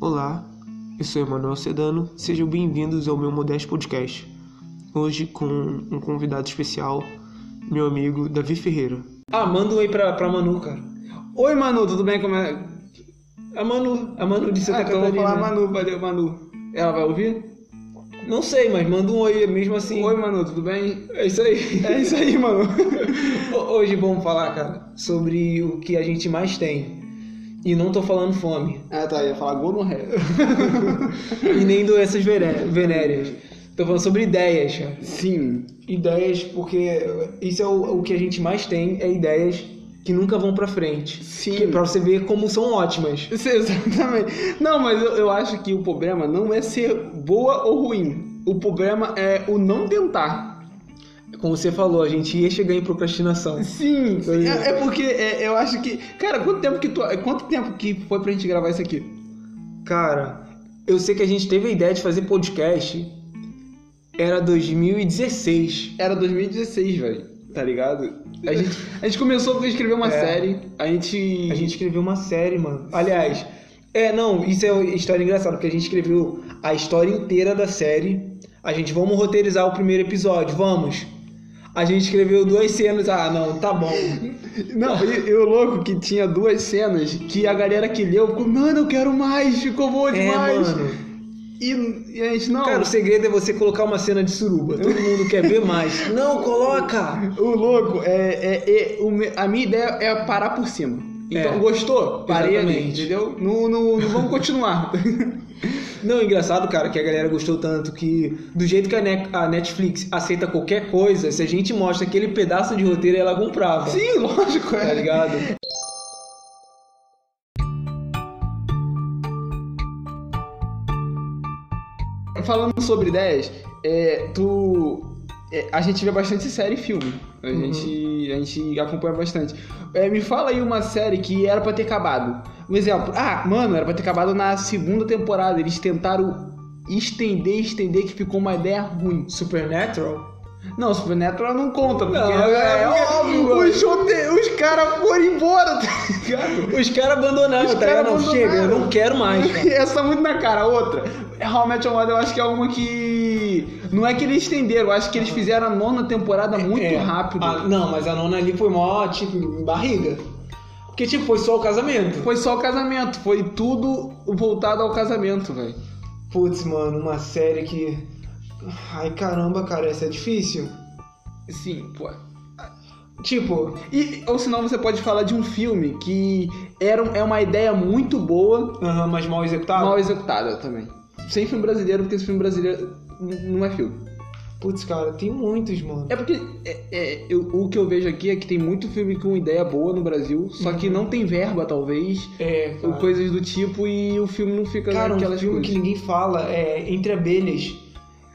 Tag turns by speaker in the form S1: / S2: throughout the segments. S1: Olá, eu sou Emanuel Sedano, sejam bem-vindos ao meu modesto podcast. Hoje com um convidado especial, meu amigo Davi Ferreira.
S2: Ah, manda um aí pra, pra Manu, cara. Oi, Manu, tudo bem? Como é? A Manu, a Manu disse
S1: Ah,
S2: Santa
S1: então eu vou
S2: Catarina.
S1: falar
S2: Manu, valeu, Manu. Ela vai ouvir? Não sei, mas manda um oi mesmo assim.
S3: Oi, Manu, tudo bem?
S2: É isso aí.
S3: É isso aí, Manu.
S2: Ho- Hoje vamos falar, cara, sobre o que a gente mais tem. E não tô falando fome.
S3: Ah, tá, ia falar gonorreia.
S2: E nem doenças vere- venéreas. Tô falando sobre ideias, cara.
S3: Sim.
S2: Ideias, porque isso é o, o que a gente mais tem, é ideias que nunca vão pra frente.
S3: Sim.
S2: Que, é pra você ver como são ótimas.
S3: Isso, exatamente. Não, mas eu, eu acho que o problema não é ser boa ou ruim. O problema é o não tentar.
S2: Como você falou, a gente ia chegar em procrastinação.
S3: Sim.
S2: Pois é.
S3: É, é porque é, eu acho que... Cara, quanto tempo que tu... Quanto tempo que foi pra gente gravar isso aqui?
S2: Cara, eu sei que a gente teve a ideia de fazer podcast. Era 2016.
S3: Era 2016, velho. Tá ligado? A gente, a gente começou a escrever uma
S2: É.
S3: série. A gente...
S2: A gente escreveu uma série, mano. Aliás, é, não, isso é uma história engraçada, porque a gente escreveu a história inteira da série. A gente, vamos roteirizar o primeiro episódio, vamos. A gente escreveu duas cenas. Ah, não, tá bom.
S3: Não, e, e o louco que tinha duas cenas que a galera que leu ficou, mano, eu quero mais, ficou bom
S2: É,
S3: Tá demais.
S2: mano.
S3: E, e a gente, não.
S2: Cara, o segredo é você colocar uma cena de suruba. Todo mundo quer ver mais. Não, coloca!
S3: O louco, é, é, é- o me- a minha ideia é parar por cima. Então,
S2: É.
S3: gostou? Parei ali,
S2: Exatamente.
S3: entendeu? Não, não, não vamos continuar.
S2: Não, engraçado, cara, que a galera gostou tanto que do jeito que a, Ne- a Netflix aceita qualquer coisa, se a gente mostra aquele pedaço de roteiro, ela comprava.
S3: Sim, lógico,
S2: Tá
S3: é.
S2: ligado?
S3: Falando sobre ideias, é, tu. é, a gente vê bastante série e filme. A, gente, a gente acompanha bastante. É, me fala aí uma série que era pra ter acabado. Um exemplo. Ah, mano, era pra ter acabado na segunda temporada. Eles tentaram estender, estender, que ficou uma ideia ruim.
S2: Supernatural?
S3: Não, Supernatural não conta, porque
S2: Não, é óbvio, mano.
S3: os, rote- os caras foram embora, tá ligado?
S2: Os caras abandonaram,
S3: Os
S2: tá
S3: caras
S2: ligado? Não, chega, eu
S3: abandonaram.
S2: não quero mais, cara.
S3: Essa tá muito na cara. Outra, realmente Your Mother, eu acho que é uma que. Não é que eles estenderam, eu acho que eles fizeram a nona temporada muito
S2: É.
S3: rápido.
S2: Ah, não, mas a nona ali foi mó, tipo, em barriga. Porque, tipo, foi só o casamento.
S3: Foi só o casamento, foi tudo voltado ao casamento, velho.
S2: Putz, mano, uma série que... Ai, caramba, cara, essa é difícil.
S3: Sim, pô.
S2: Tipo,
S3: E, ou senão você pode falar de um filme que era, um- é uma ideia muito boa,
S2: aham, mas mal executado.
S3: mal executada também. Sem filme brasileiro, porque esse filme brasileiro n- não é filme.
S2: Putz, cara, tem muitos, mano.
S3: É porque é, é, eu- o que eu vejo aqui é que tem muito filme com ideia boa no Brasil, só
S2: Uhum.
S3: que não tem verba, talvez,
S2: É,
S3: ou coisas do tipo, e o filme não fica
S2: Cara, um
S3: naquelas
S2: filme que
S3: coisas.
S2: ninguém fala é Entre Abelhas,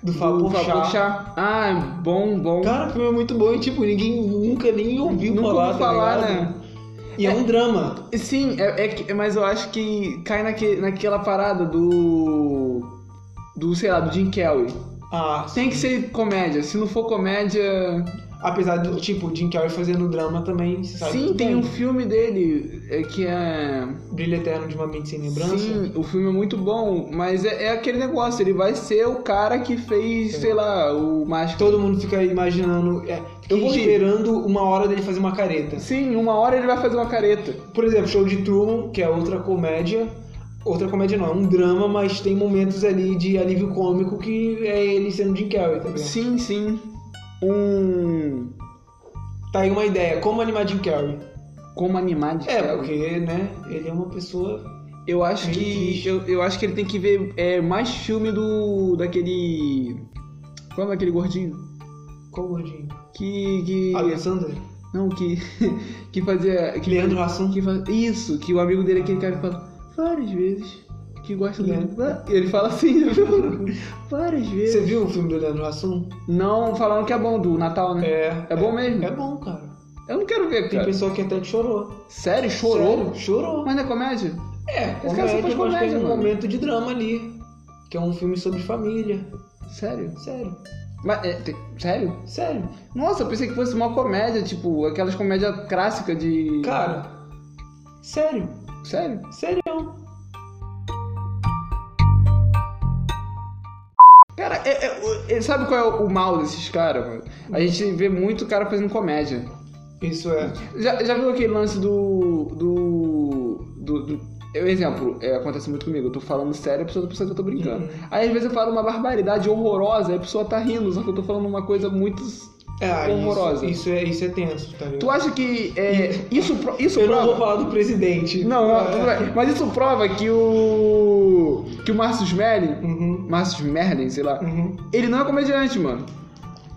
S2: do Fábio
S3: Do
S2: Porchat.
S3: Chá. Ah, bom, bom.
S2: Cara, o filme é muito bom e, tipo, ninguém nunca nem ouviu
S3: Nunca
S2: falar,
S3: ouvi
S2: tá
S3: falar,
S2: ligado? E é, um drama.
S3: Sim, é, é que- mas eu acho que cai naque- naquela parada do... Do, sei lá, do Jim Kelly.
S2: Ah,
S3: Tem que ser comédia. Se não for comédia...
S2: apesar do, tipo, o Jim Carrey fazendo drama também, você sabe?
S3: Sim,
S2: muito
S3: tem
S2: bem.
S3: um filme dele é, que é...
S2: Brilho Eterno de uma Mente Sem Lembrança.
S3: Sim, o filme é muito bom, mas é, é aquele negócio, ele vai ser o cara que fez, sei lá, o Máscara.
S2: Todo mundo fica imaginando, é,
S3: Eu vou rir.
S2: esperando uma hora dele fazer uma careta.
S3: Sim, uma hora ele vai fazer uma careta.
S2: Por exemplo, Show de Truman, que é outra comédia. Outra comédia não, é um drama, mas tem momentos ali de alívio cômico que é ele sendo Jim Carrey, tá ligado?
S3: Sim, sim. Um.
S2: Tá aí uma ideia, como animar Jim Carrey?
S3: Como animar de
S2: É,
S3: cara.
S2: porque, né, ele é uma pessoa...
S3: Eu acho
S2: Meio
S3: que.
S2: triste.
S3: Eu, eu acho que ele tem que ver é, mais filme do. daquele. Qual é aquele gordinho?
S2: Qual gordinho?
S3: Que. que.
S2: Alexander?
S3: Não, que. que fazia. Que
S2: Leandro Hassum?
S3: Que faz- Isso, que o amigo dele é aquele cara que fala várias vezes que gosta dele. Va- Ele fala assim, Né? várias
S2: Você
S3: vezes.
S2: viu o filme do Leandro Hassum?
S3: Não falaram que é bom do Natal, né?
S2: É.
S3: É bom mesmo?
S2: É bom, cara.
S3: Eu não quero ver,
S2: Tem
S3: cara.
S2: pessoa que até que chorou.
S3: Sério? Chorou?
S2: Sério, chorou.
S3: Mas não é comédia?
S2: É,
S3: Esse cara só faz
S2: comédia, mas
S3: comédia,
S2: tem um
S3: mano.
S2: momento de drama ali. Que é um filme sobre família.
S3: Sério?
S2: Sério,
S3: Mas, é, tem- sério?
S2: sério.
S3: Nossa, eu pensei que fosse uma comédia, tipo, aquelas comédias clássicas de.
S2: Cara, sério,
S3: Sério?
S2: sério.
S3: Cara, é- é- é- sabe qual é o mal desses caras, mano? A gente vê muito cara fazendo comédia.
S2: Isso é.
S3: Já, já viu aquele lance do. do. do. do eu, exemplo, é, acontece muito comigo, eu tô falando sério, a pessoa tá pensando que eu tô brincando.
S2: Uhum.
S3: Aí às vezes eu falo uma barbaridade horrorosa, aí a pessoa tá rindo, só que eu tô falando uma coisa muito.
S2: É,
S3: Horrorosa.
S2: Isso, isso é, isso é tenso, tá ligado?
S3: Tu acha que é, isso, pro- isso
S2: Eu não
S3: prova.
S2: vou falar do presidente.
S3: Não, não,
S2: É.
S3: tudo bem. Mas isso prova que o. que o Márcio Smelling.
S2: Uhum,
S3: Márcio Merlin, sei lá.
S2: uhum.
S3: Ele não é comediante, mano.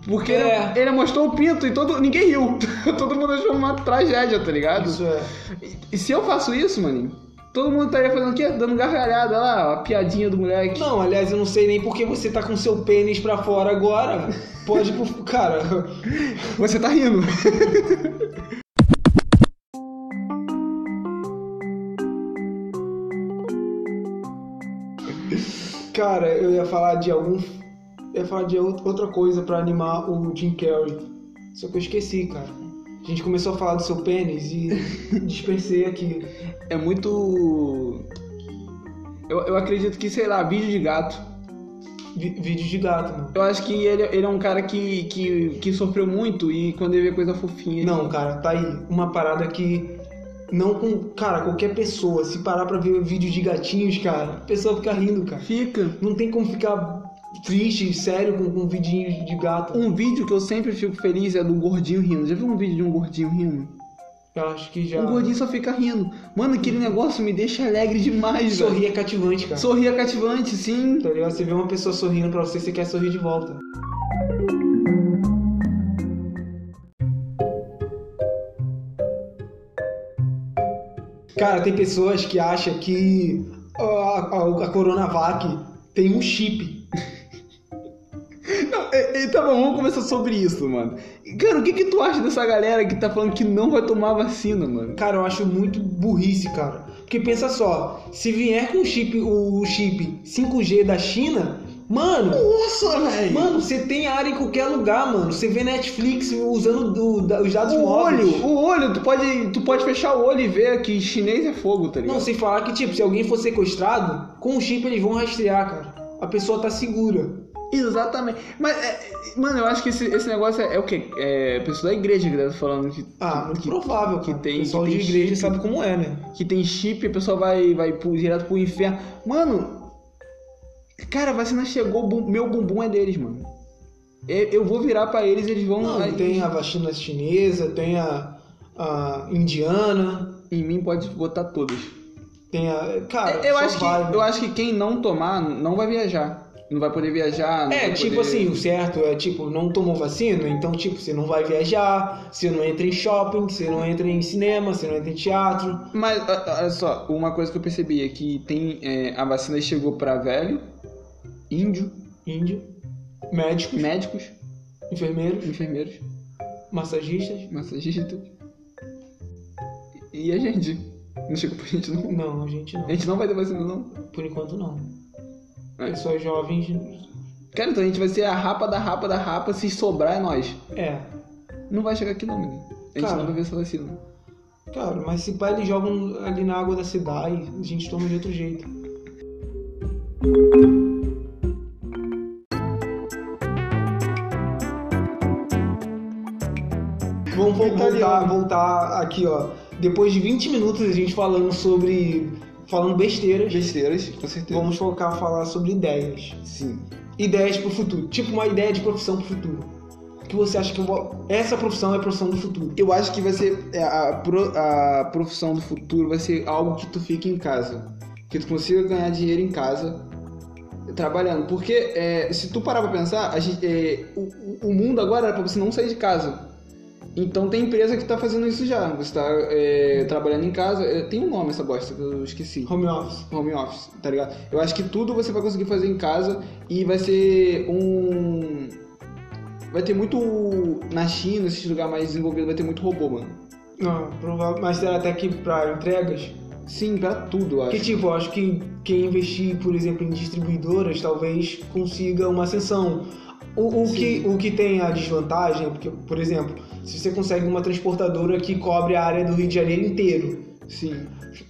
S3: Porque
S2: É.
S3: ele, ele mostrou o pinto e todo, ninguém riu. todo mundo achou uma tragédia, tá ligado?
S2: Isso é.
S3: E, e se eu faço isso, maninho, todo mundo estaria fazendo o quê? Dando gargalhada olha lá, a piadinha do moleque.
S2: Não, aliás, eu não sei nem porque você tá com seu pênis pra fora agora. Pode, pro- cara.
S3: Você tá rindo.
S2: Cara, eu ia falar de algum. Eu ia falar de out- outra coisa pra animar o Jim Carrey. Só que eu esqueci, cara. A gente começou a falar do seu pênis e dispensei aqui.
S3: É muito. Eu, eu acredito que, sei lá, vídeo de gato.
S2: Vi- vídeo de gato, mano.
S3: Eu acho que ele, ele é um cara que, que, que sofreu muito e quando ele vê coisa fofinha. ele-
S2: Não, cara, tá aí. Uma parada que. Não com. Cara, qualquer pessoa, se parar pra ver vídeo de gatinhos, cara, a pessoa fica rindo, cara.
S3: Fica.
S2: Não tem como ficar triste, sério, com, com vidinho de gato.
S3: Um vídeo que eu sempre fico feliz é do gordinho rindo. Já viu um vídeo de um gordinho rindo?
S2: Eu acho que já.
S3: Um gordinho só fica rindo. Mano, aquele negócio me deixa alegre demais, velho.
S2: Sorrir é cativante, cara.
S3: Sorrir é cativante, sim.
S2: Tá ligado? Você vê uma pessoa sorrindo pra você, você quer sorrir de volta. Cara, tem pessoas que acham que a, a, a Coronavac tem um chip.
S3: Não, é- é, tá bom, vamos conversar sobre isso, mano. Cara, o que que tu acha dessa galera que tá falando que não vai tomar vacina, mano?
S2: Cara, eu acho muito burrice, cara. Porque pensa só, se vier com o chip, o chip 5G da China, mano,
S3: Nossa, velho!
S2: Mano, você tem área em qualquer lugar, mano. Você vê Netflix usando do- da- os dados
S3: o
S2: móveis.
S3: olho, o olho, tu pode, tu pode fechar o olho e ver que chinês é fogo, tá ligado?
S2: Não, sem falar que, tipo, se alguém for sequestrado, com o chip eles vão rastrear, cara. A pessoa tá segura.
S3: Exatamente. Mas, é, é, mano, eu acho que esse, esse negócio é, é o quê? É pessoa da igreja que tá falando que,
S2: Ah, muito
S3: que,
S2: provável, cara.
S3: que tem-
S2: o pessoal
S3: que tem
S2: de igreja
S3: chip.
S2: sabe como é, né?
S3: que tem chip, a pessoa vai, vai pro- direto pro inferno. Mano, cara, a vacina chegou, bum- meu bumbum é deles, mano. Eu, eu vou virar pra eles, eles vão.
S2: Não,
S3: aí-
S2: tem a vacina chinesa, tem a, a indiana,
S3: Em mim pode botar todos.
S2: tem a... Cara,
S3: É, eu,
S2: só
S3: acho que,
S2: vai, né?
S3: eu acho que quem não tomar não vai viajar. Não vai poder viajar. não
S2: É,
S3: vai
S2: tipo
S3: poder-
S2: assim, o certo é, tipo, não tomou vacina, então, tipo, você não vai viajar, você não entra em shopping, você não entra em cinema, você não entra em teatro.
S3: Mas ó, ó, olha só, uma coisa que eu percebi é que tem. é, a vacina chegou pra velho, índio,
S2: Índio, médicos,
S3: médicos,
S2: enfermeiros,
S3: enfermeiros,
S2: massagistas.
S3: massagistas. E a gente. Não chegou pra gente não.
S2: Não, a gente não.
S3: A gente não vai ter vacina, não.
S2: Por enquanto não.
S3: É.
S2: Pessoas jovens.
S3: Cara, então a gente vai ser a rapa da rapa da rapa, se sobrar é nós.
S2: É.
S3: Não vai chegar aqui não, menino. A gente
S2: Cara.
S3: não vai ver essa vacina.
S2: Cara, mas se pá, eles jogam ali na água da cidade, a gente toma de outro jeito. Vamos vo- voltar,
S3: Italiano.
S2: voltar aqui, ó. Depois de 20 minutos a gente falando sobre. falando besteiras.
S3: Besteiras, com certeza.
S2: Vamos focar falar sobre ideias.
S3: Sim.
S2: Ideias pro futuro. Tipo uma ideia de profissão pro futuro. Que você acha que eu vou- essa profissão é a profissão do futuro.
S3: Eu acho que vai ser. é, A, pro- a profissão do futuro vai ser algo que tu fique em casa. Que tu consiga ganhar dinheiro em casa trabalhando. Porque é, se tu parar pra pensar, a gente, é, o, o- o mundo agora era pra você não sair de casa. Então tem empresa que tá fazendo isso já. Você tá é, trabalhando em casa. É, tem um nome essa bosta que eu esqueci.
S2: Home office.
S3: home office, tá ligado? Eu acho que tudo você vai conseguir fazer em casa e vai ser um. Vai ter muito. Na China, esses lugares mais desenvolvidos, vai ter muito robô, mano.
S2: Não, provável, mas será até que pra entregas?
S3: Sim, pra tudo, eu acho.
S2: Que tipo, eu acho que quem investir, por exemplo, em distribuidoras, talvez consiga uma ascensão. O, o,
S3: Sim.
S2: que, o que tem a desvantagem, é porque, por exemplo, se você consegue uma transportadora que cobre a área do Rio de Janeiro inteiro, Sim.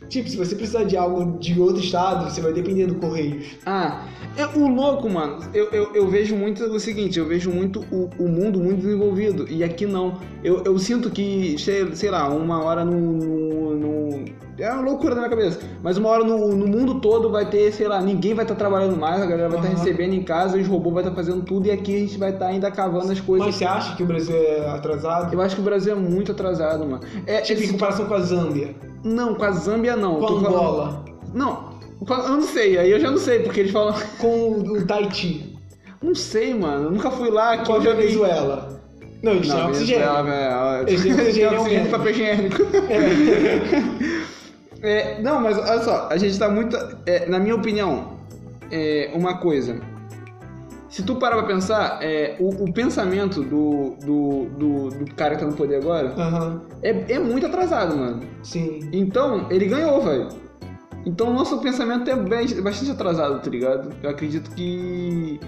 S2: Tipo, se você precisar de algo de outro estado, você vai depender do Correios.
S3: Ah, é, o louco, mano, eu, eu, eu vejo muito o seguinte, eu vejo muito o, o mundo muito desenvolvido, e aqui não. Eu, eu sinto que, sei, sei lá, uma hora no, no, no- É uma loucura na minha cabeça. Mas uma hora no, no mundo todo vai ter, sei lá, ninguém vai estar trabalhando mais, a galera vai estar
S2: Aham.
S3: recebendo em casa, os robôs vai estar fazendo tudo, e aqui a gente vai estar ainda cavando as coisas.
S2: Mas você acha que o Brasil é atrasado?
S3: Eu acho que o Brasil é muito atrasado, mano. É,
S2: Tipo, em
S3: esse-
S2: comparação com a Zâmbia,
S3: Não, com a Zâmbia não.
S2: com a
S3: Tô falando-
S2: Angola,
S3: Não, com a- eu não sei, aí eu já não sei, porque eles falam.
S2: com o- o Tahiti,
S3: Não sei, mano. Eu nunca fui lá, aqui
S2: com a
S3: eu já vi.
S2: Venezuela. Não, eles têm
S3: Não,
S2: oxigênio.
S3: Venezuela,
S2: Eles têm
S3: é, é,
S2: oxigênio
S3: oxigênio
S2: mesmo.
S3: e papel higiênico. É, não, mas olha só, a gente tá muito. é, na minha opinião, é, uma coisa. Se tu parar pra pensar, é, o, o pensamento do, do, do, do cara que tá no poder agora
S2: Aham,
S3: é, é muito atrasado, mano.
S2: sim.
S3: Então, ele ganhou, velho. Então, o nosso pensamento é bem- bastante atrasado, tá ligado? Eu acredito que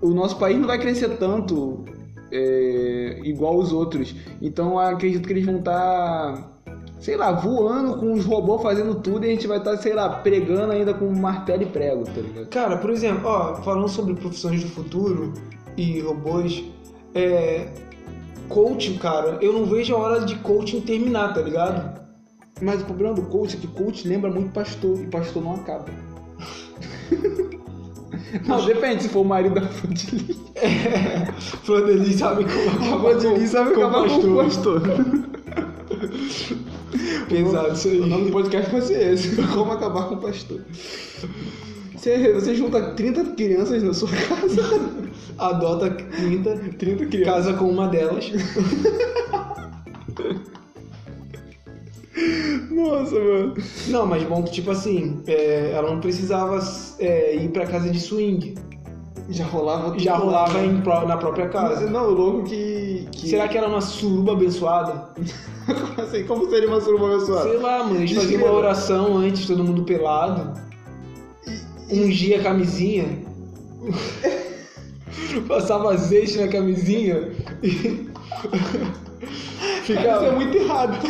S3: o nosso país não vai crescer tanto é, igual os outros. Então, eu acredito que eles vão estar, sei lá, voando com os robôs fazendo tudo e a gente vai estar, sei lá, pregando ainda com martelo e prego, tá ligado?
S2: Cara, por exemplo, ó, falando sobre profissões do futuro e robôs, é. Coaching, cara, eu não vejo a hora de coaching terminar, tá ligado?
S3: Mas o problema do coach é que coach lembra muito pastor e pastor não acaba. Não, depende se for o marido da família.
S2: Flor de Lis sabe como acaba de
S3: Ele sabe acabar com o pastor.
S2: Pesado isso
S3: O
S2: aí.
S3: nome do podcast vai ser esse: Como Acabar com o Pastor. Você, você junta 30 crianças na sua casa.
S2: Adota 30,
S3: 30 crianças.
S2: casa com uma delas.
S3: Nossa, mano.
S2: Não, mas bom que, tipo assim, é, ela não precisava é, ir pra casa de swing.
S3: Já rolava tudo
S2: Já
S3: lá,
S2: rolava
S3: né?
S2: em pró- na própria casa.
S3: Não, o louco que. que...
S2: Será que era uma suruba abençoada?
S3: assim, como seria uma suruba abençoada?
S2: Sei lá, mano, eles faziam
S3: Descreva.
S2: uma oração antes, todo mundo pelado. Ungia a camisinha. Passava azeite na camisinha. E...
S3: Cara, Isso é
S2: Ficava...
S3: muito errado.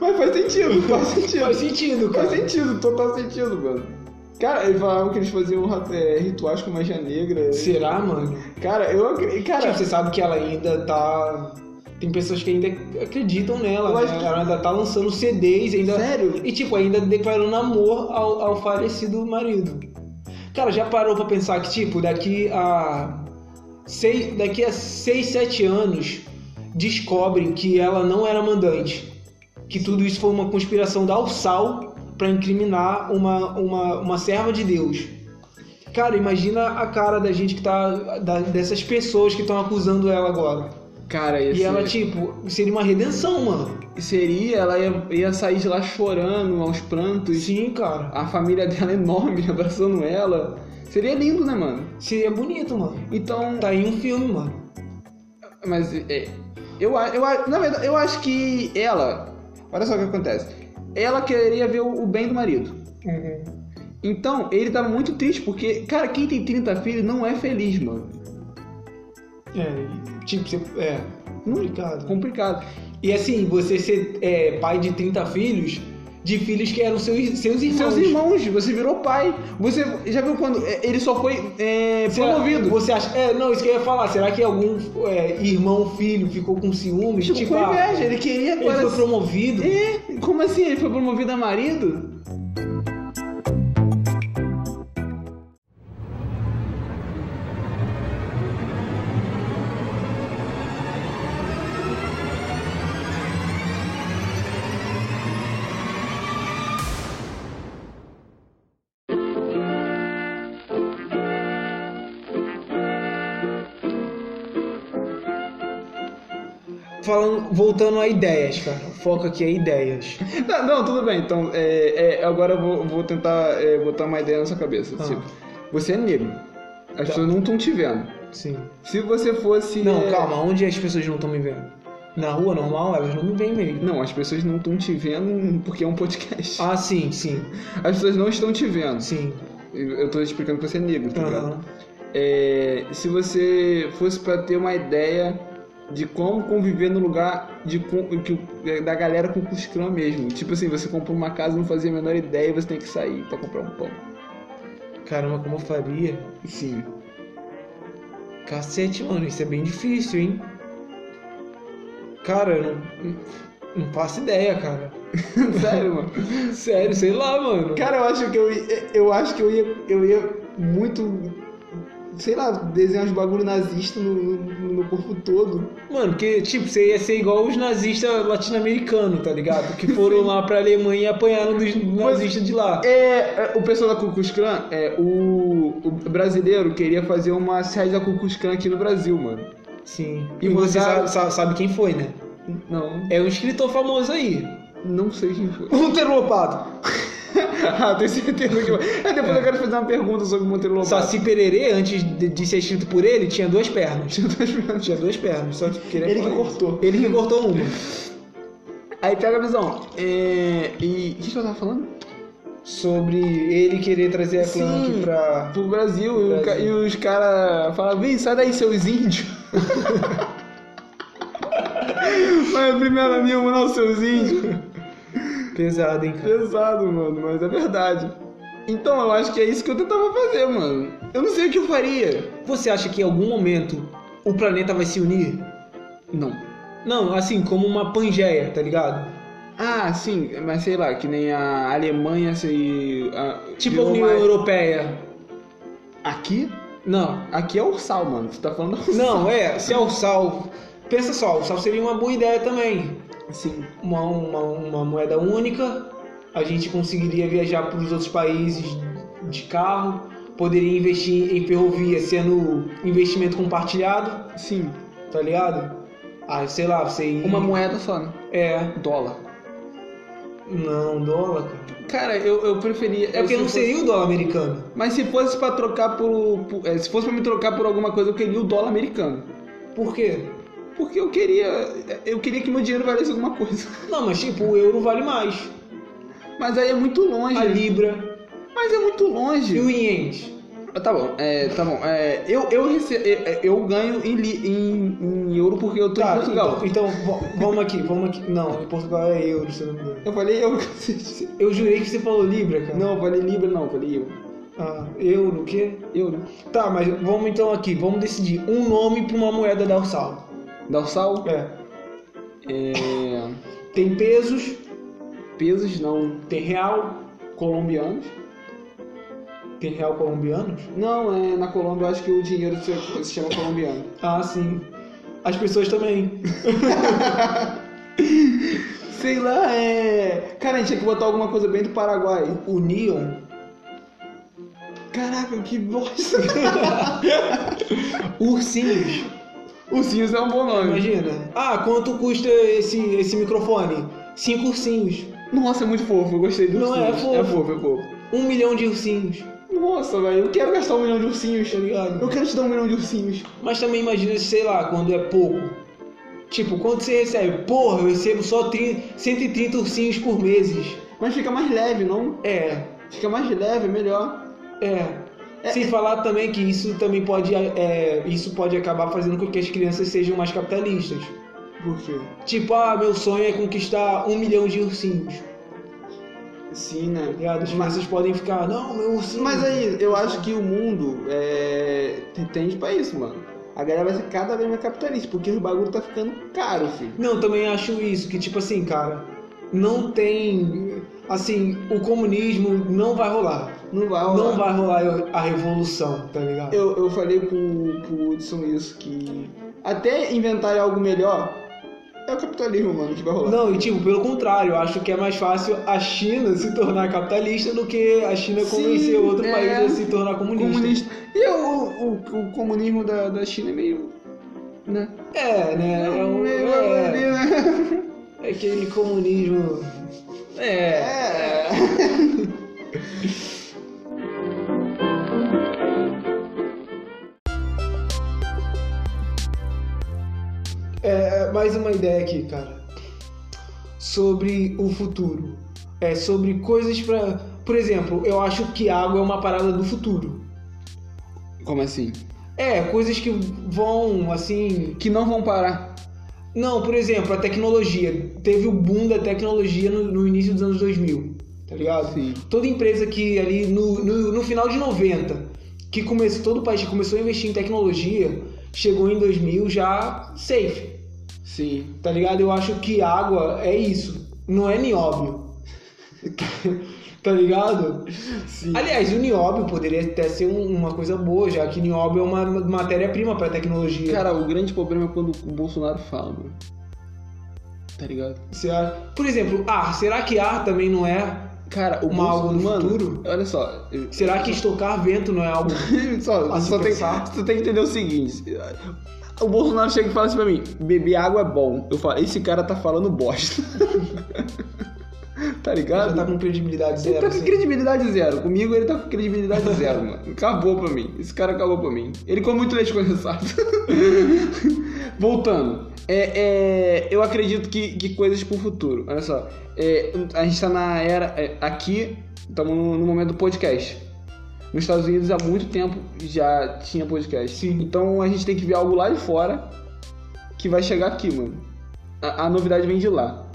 S3: Mas faz sentido, faz sentido.
S2: Faz sentido, cara.
S3: Faz sentido, total sentido, mano. Cara, eles falavam que eles faziam é, rituais com magia negra.
S2: Será, mano?
S3: Cara, eu acredito. Cara,
S2: Tipo, você sabe que ela ainda tá. Tem pessoas que ainda acreditam nela,
S3: Eu
S2: né?
S3: acho que-
S2: Ela ainda tá lançando CDs, ainda.
S3: Sério?
S2: E tipo, ainda declarando amor ao, ao falecido marido. Cara, já parou pra pensar que, tipo, daqui a. Seis, daqui a 6, 7 anos descobrem que ela não era mandante. Que tudo isso foi uma conspiração da Alçal pra incriminar uma, uma, uma serva de Deus. Cara, imagina a cara da gente que tá. da- dessas pessoas que estão acusando ela agora.
S3: Cara,
S2: E
S3: esse... é.
S2: ela, tipo, seria uma redenção, mano.
S3: seria, ela ia, ia sair de lá chorando aos prantos,
S2: Sim, cara.
S3: a família dela é enorme abraçando ela. Seria lindo, né, mano?
S2: Seria bonito, mano.
S3: Então,
S2: Tá aí um filme, mano.
S3: mas é, eu, a- eu, a- na verdade, eu acho que ela, olha só o que acontece. Ela queria ver o, o bem do marido. Então, ele tava muito triste porque, cara, quem tem 30 filhos não é feliz, mano.
S2: É, tipo, você. É. Complicado.
S3: Complicado.
S2: E assim, você ser é, pai de 30 filhos, de filhos que eram seus, seus
S3: E
S2: irmãos.
S3: seus irmãos, você virou pai. Você já viu quando é, ele só foi é,
S2: Será-
S3: promovido.
S2: Você acha. É, não, isso que eu ia falar. Será que algum é, irmão, filho, ficou com ciúmes?
S3: Tipo, com
S2: ah,
S3: inveja, ele queria
S2: Ele
S3: agora.
S2: foi promovido.
S3: É, como assim? Ele foi promovido a marido?
S2: Falando, voltando a ideias, cara. O foco aqui é ideias.
S3: Não, não, tudo bem. Então, é, é, agora eu vou, vou tentar é, botar uma ideia na sua cabeça.
S2: Ah.
S3: Tipo, você é negro. As pessoas não estão te vendo.
S2: Sim.
S3: Se você fosse.
S2: Não,
S3: é,
S2: calma, onde as pessoas não estão me vendo? Na rua normal, elas não me veem mesmo.
S3: Não, as pessoas não estão te vendo porque é um podcast.
S2: Ah, sim, sim.
S3: As pessoas não estão te vendo.
S2: Sim.
S3: Eu eu tô explicando tá que você é negro, tá ligado?
S2: Aham.
S3: É, se você fosse pra ter uma ideia de como conviver no lugar de, com- que o- é, da galera com o Clã mesmo. Tipo assim, você compra uma casa, não fazia a menor ideia e você tem que sair pra comprar um pão.
S2: Caramba, como eu faria?
S3: Sim.
S2: Cacete, mano, isso é bem difícil, hein? Cara, eu não, não faço ideia, cara.
S3: Sério, mano.
S2: Sério, sei lá, mano.
S3: Cara, eu acho que eu, ia- eu acho que eu ia, eu ia muito, sei lá, desenhar uns bagulho nazista no, no, no corpo todo.
S2: Mano, porque, tipo, você ia ser igual os nazistas latino-americanos, tá ligado? Que foram lá pra Alemanha e apanharam dos nazistas de lá.
S3: É, é, o pessoal da Ku Klux Klan, é, o, o brasileiro queria fazer uma sede da Ku Klux Klan aqui no Brasil, mano.
S2: Sim.
S3: E
S2: E você
S3: mandaram-
S2: sabe, sa- sabe quem foi, né?
S3: Não,
S2: É um escritor famoso aí.
S3: não sei quem foi.
S2: Monteiro Lopato.
S3: ah, tenho certeza que foi. É, depois eu quero fazer uma pergunta sobre o Monteiro Lobato.
S2: Saci Pererê, antes de, de ser escrito por ele, tinha duas pernas. Tinha duas pernas, só queria
S3: Ele
S2: falar
S3: que
S2: isso.
S3: cortou.
S2: Ele que cortou uma.
S3: Aí pega a visão. É, e... O que que eu tava falando?
S2: Sobre ele querer trazer a clã
S3: Sim.
S2: aqui pra...
S3: pro Brasil, e o
S2: Brasil.
S3: ca- E, os caras falavam, vem, sai daí, seus índios. mas primeiro amigo, não, seus índios.
S2: Pesado, hein, cara.
S3: Pesado, mano, mas é verdade. Então eu acho que é isso que eu tentava fazer, mano. Eu não sei o que eu faria.
S2: Você acha que em algum momento o planeta vai se unir?
S3: Não.
S2: Não, assim, como uma pangeia, tá ligado?
S3: Ah, sim, mas sei lá, que nem a Alemanha se. a-
S2: Tipo a
S3: virou
S2: União
S3: mais-
S2: Europeia.
S3: Aqui?
S2: Não.
S3: Aqui é ursal, mano. Você tá falando ursal.
S2: Não, é, se é o sal. Pensa só, o sal seria uma boa ideia também.
S3: Sim.
S2: Uma, uma, uma moeda única, a gente conseguiria viajar para os outros países de carro, poderia investir em ferrovia sendo investimento compartilhado,
S3: Sim.
S2: tá ligado? Ah, sei lá, você ir...
S3: Uma moeda só, né?
S2: É.
S3: Dólar.
S2: Não, dólar, cara.
S3: Cara, eu, eu preferia.
S2: É porque
S3: eu-
S2: não
S3: se eu fosse-
S2: seria o dólar americano.
S3: Mas se fosse pra trocar por. por- é, se fosse pra me trocar por alguma coisa, eu queria o dólar americano.
S2: Por quê?
S3: Porque eu queria. é, Eu queria que meu dinheiro valesse alguma coisa.
S2: Não, mas tipo, o euro vale mais.
S3: Mas aí é muito longe.
S2: A libra
S3: Mas é muito
S2: e
S3: longe.
S2: o iente.
S3: Ah, Tá bom, é, tá bom. É, eu, eu, rece- é, é, eu ganho em, li- em, em euro porque eu tô em Portugal.
S2: Então, então v- vamos aqui, vamos aqui. Não, em Portugal é euro, se eu não me engano.
S3: Eu falei euro, cacete.
S2: Eu jurei que você falou libra, cara.
S3: Não, eu falei libra, não, eu falei euro.
S2: Ah, euro, o quê?
S3: Euro. né?
S2: Tá, mas vamos então aqui, vamos decidir um nome pra uma moeda da Ursal.
S3: Dorsal?
S2: É.
S3: É.
S2: Tem pesos,
S3: Pesos não.
S2: tem real,
S3: Colombianos?
S2: tem real colombianos.
S3: Não, é, na Colômbia eu acho que o dinheiro se, se chama colombiano.
S2: Ah, sim. As pessoas também.
S3: Sei lá, é. Cara, a gente tinha que botar alguma coisa bem do Paraguai.
S2: O neon,
S3: Caraca, que bosta!
S2: ursinhos.
S3: Ursinhos é um bom nome.
S2: Imagina. Ah, quanto custa esse, esse microfone? Cinco ursinhos.
S3: Nossa, é muito fofo, eu gostei do
S2: Não, é
S3: ursinhos. É fofo, é fofo.
S2: Um milhão de ursinhos,
S3: Nossa, velho, eu quero gastar um milhão de ursinhos.
S2: tá ligado?
S3: Eu quero te dar um milhão de ursinhos.
S2: Mas também imagina, sei lá, quando é pouco. Tipo, quando você recebe, porra, eu recebo só 30, 130 ursinhos por meses.
S3: Mas fica mais leve, não?
S2: É,
S3: Fica mais leve, é melhor.
S2: é. Sem falar também que isso também pode, é, isso pode acabar fazendo com que as crianças sejam mais capitalistas.
S3: Por quê?
S2: Tipo, ah, meu sonho é conquistar um milhão de ursinhos.
S3: Sim, né?
S2: tá ligado? As
S3: Mas,
S2: crianças podem ficar, não, meu ursinho.
S3: mas aí, eu acho que o mundo é, te- tende pra isso, mano. A galera vai ser cada vez mais capitalista, porque o bagulho tá ficando caro, filho.
S2: Não, também acho isso, que tipo assim, cara, não tem. Assim, o comunismo não vai rolar.
S3: Não vai rolar.
S2: Não vai rolar a revolução, tá ligado?
S3: Eu, eu falei pro, pro Hudson isso, que até inventar algo melhor é o capitalismo, mano, que vai rolar.
S2: Não, e tipo, pelo contrário, eu acho que é mais fácil a China se tornar capitalista do que a China
S3: Sim,
S2: convencer outro
S3: é.
S2: país a se tornar comunista.
S3: comunista. E o, o, o comunismo da, da China é meio. né?
S2: É, né? É, um,
S3: meio
S2: é,
S3: ali, né?
S2: é aquele comunismo. É.
S3: É.
S2: É, mais uma ideia aqui, cara. Sobre o futuro. É sobre coisas pra. Por exemplo, eu acho que água é uma parada do futuro.
S3: Como assim?
S2: É, coisas que vão, assim,
S3: Que não vão parar.
S2: Não, por exemplo, a tecnologia. Teve o boom da tecnologia no, no início dos anos 2000, tá ligado?
S3: Sim.
S2: Toda empresa que ali no, no, no final de 90, que começou, todo o país que começou a investir em tecnologia, chegou em 2000 já safe,
S3: Sim.
S2: tá ligado? Eu acho que água é isso, não é nióbio, tá ligado?
S3: Sim.
S2: Aliás, o nióbio poderia até ser um- uma coisa boa, já que nióbio é uma matéria-prima pra tecnologia.
S3: Cara, o grande problema é quando o Bolsonaro fala, mano. Tá ligado?
S2: Você acha- Por exemplo, ar. Será que ar também não é?
S3: Cara, o
S2: Uma algo no
S3: mano,
S2: futuro?
S3: Olha só. eu-
S2: Será que estocar vento não é algo?
S3: só,
S2: A se
S3: só tem,
S2: pensar.
S3: você tem que entender o seguinte. O Bolsonaro chega e fala assim pra mim, beber água é bom. Eu falo, esse cara tá falando bosta. tá
S2: Já
S3: ligado?
S2: tá com credibilidade
S3: Ele
S2: zero.
S3: tá com
S2: assim.
S3: credibilidade zero. Comigo ele tá com credibilidade zero, mano. Acabou pra mim. Esse cara acabou pra mim. Ele come muito leite condensado. Voltando. É, é, eu acredito que, que coisas pro futuro. Olha só. É, a gente tá na era. é, aqui, estamos no, no momento do podcast. Nos Estados Unidos há muito tempo já tinha podcast.
S2: Sim.
S3: Então a gente tem que ver algo lá de fora que vai chegar aqui, mano. A, a novidade vem de lá,